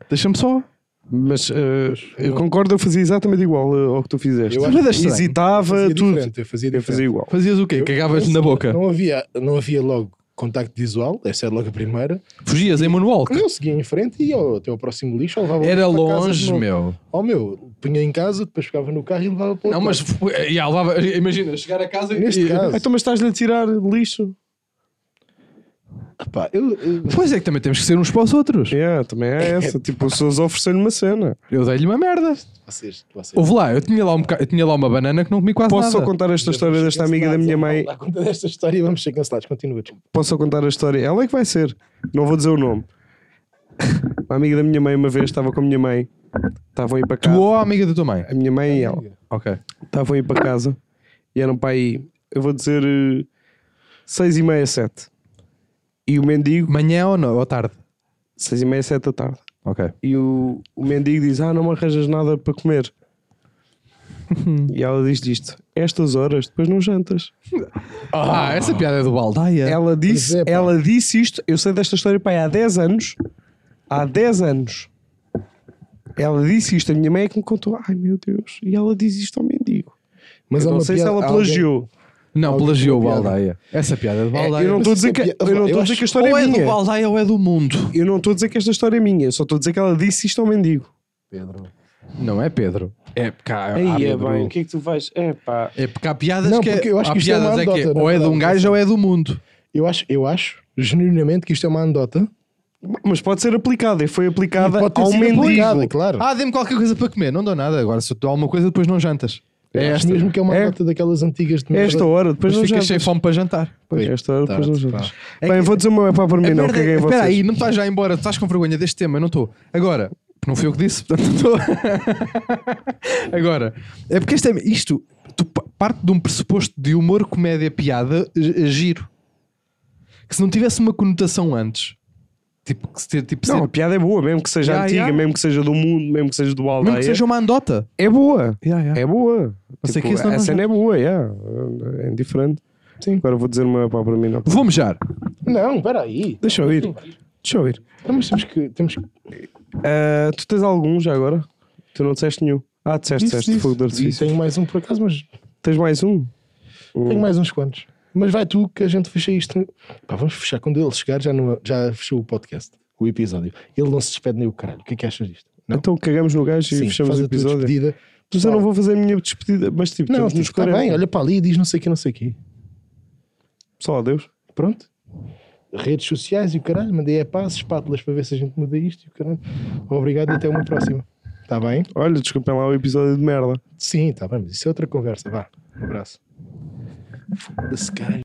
D: Deixa-me só.
B: Mas eh, eu concordo, eu fazia exatamente igual eh, ao que tu fizeste.
A: Eu
D: acho que-
B: Hesitava,
A: Fazia
B: tudo.
A: diferente, eu fazia
B: Eu fazia
A: diferente.
B: igual.
D: Fazias o quê? Cagavas na boca.
A: Não havia, não havia logo contacto visual, essa era logo a primeira.
D: Fugias em manual.
A: Eu seguia em frente e ia ao- até ao próximo lixo, ou levava
D: Era
A: para casa de
D: longe,
A: novo.
D: meu.
A: Ao meu, punha em casa, depois ficava no carro e levava para o
D: Não, mas foi- e, ah, levava- imagina, chegar a casa
A: Neste
D: e.
A: caso,
B: Então, mas estás-lhe a tirar lixo?
A: pá, eu, eu-
D: Pois é que também temos que ser uns para os outros.
B: É, também é essa. tipo, as pessoas oferecendo uma cena.
D: Eu dei-lhe uma merda.
A: vocês, vocês.
D: Houve lá, eu tinha lá, um boca- eu tinha lá uma banana que não comi quase
B: Posso só
D: nada.
B: contar esta história desta amiga da
A: é
B: minha mãe?
A: Dá conta desta história e vamos ser cancelados. Continua, desculpa.
B: Posso só contar a história? Ela é que vai ser. Não vou dizer o nome. Uma amiga da minha mãe uma vez estava com a minha mãe. Estavam a ir para
D: Tu
B: casa.
D: ou a amiga da tua mãe?
B: A minha mãe e ela.
D: Ok.
B: Estavam a ir para casa. E eram para aí, eu vou dizer, eh, seis e meia, sete. E o mendigo,
D: Manhã ou, não, ou tarde?
B: seis e meia, sete da tarde.
D: Ok.
B: E o, o mendigo diz: Ah, não me arranjas nada para comer. e ela diz isto: Estas horas depois não jantas.
D: Ah, essa piada é do Baldaia.
B: Ela disse,
A: Pois é, pá.
B: ela disse isto. Eu sei desta história pai, há 10 anos. Há 10 anos. Ela disse isto. A minha mãe é que me contou: Ai meu Deus. E ela diz isto ao mendigo.
A: Mas
B: eu não sei se ela plagiou.
D: Não,
A: Alguém
D: plagiou o
A: com a piada.
D: Baldaia. Essa piada é do Baldaia.
B: Eu não
A: mas
B: estou a
A: isso
B: dizer
A: é
B: que,
A: piada.
B: eu não estou a
A: Eu
B: dizer
A: acho-
B: que a história
D: ou
B: é
D: é do
B: minha.
D: Baldaia ou é do mundo.
B: Eu não estou a dizer que esta história é minha. Eu só estou a dizer que ela disse isto ao mendigo.
A: Pedro.
D: Não é Pedro. É cá. há
B: Aí é
D: Pedro.
B: bem. O que é que tu vais? É pá.
D: É porque há piadas
A: Não,
D: que é,
A: porque eu acho
D: há
A: que isto é uma
D: piadas que
A: anedota, na
D: ou é de um
A: verdade.
D: gajo ou é do mundo.
A: Eu acho, eu acho, genuinamente, que isto é uma anedota.
B: Mas pode ser aplicada. e Foi aplicada
A: Pode ter
B: ao
A: sido
B: mendigo.
A: aplicada, claro.
D: Ah, dê-me qualquer coisa para comer. Não dou nada. Agora, se eu te dou alguma coisa, depois não jantas. É
A: acho
D: esta.
A: mesmo que é uma
B: É.
A: anedota daquelas antigas de
B: É Esta hora, depois
D: Depois
B: não
D: ficas sem
B: jantas.
D: fome para jantar.
B: Pois, Esta hora, depois
A: Tarde,
B: não jantas.
A: pá.
B: Bem, vou dizer uma é pá para mim, não.
D: merda é-
B: Caguei em vocês.
D: Espera aí, não estás já embora. Tu estás com vergonha deste tema. Eu não estou. Agora, que não fui eu que disse, portanto não estou. Agora, é porque este é, isto tu pa- parte de um pressuposto de humor, comédia, piada, eh, eh, giro. Que se não tivesse uma conotação antes, tipo, que se ter- tipo
B: Não,
D: ser-
B: a piada é boa, mesmo que seja
D: Ya,
B: antiga,
D: ya.
B: mesmo que seja do mundo, mesmo que seja do aldeia.
D: mesmo que seja uma andota.
B: É boa. É boa.
D: Mas é
B: Tipo,
D: que isso não
B: a
D: nos-
B: cena é boa, yeah. é indiferente. Sim. Agora vou dizer uma pá para mim, não.
D: Vou mejar.
A: Não, espera aí.
B: Deixa eu ir. Deixa eu ir.
A: Então, mas temos que. Temos que...
B: Ah, tu tens algum já agora? Tu não disseste nenhum. Ah, disseste,
A: Disse,
B: disseste.
A: disse.
B: Fogo de
A: E
B: artifício.
A: tenho mais um por acaso, mas
B: Tens mais um?
A: tenho mais uns quantos. Mas vai tu que a gente fecha isto. Pá, vamos fechar. Quando ele chegar, já, não, já fechou o podcast, o episódio. Ele não se despede nem o caralho. O que é que achas disto? Não?
B: Então cagamos no gajo e
A: Sim,
B: fechamos
A: faz
B: o
A: a tua
B: episódio.
A: despedida.
B: Mas eu não vou fazer a minha despedida, mas tipo,
A: Não,
B: estamos
A: tipo,
B: nos
A: está
B: 40.
A: bem, olha para ali e diz não sei o que, não sei o quê.
B: Pessoal, adeus.
A: Pronto. Redes sociais e o caralho, mandei é passos, espátulas para ver se a gente muda isto e o caralho. Obrigado e até uma próxima. Está bem? tá
B: Olha, desculpem lá o episódio de merda.
A: Sim, está bem, mas isso é outra conversa. Vá, um abraço. Foda-se, cara.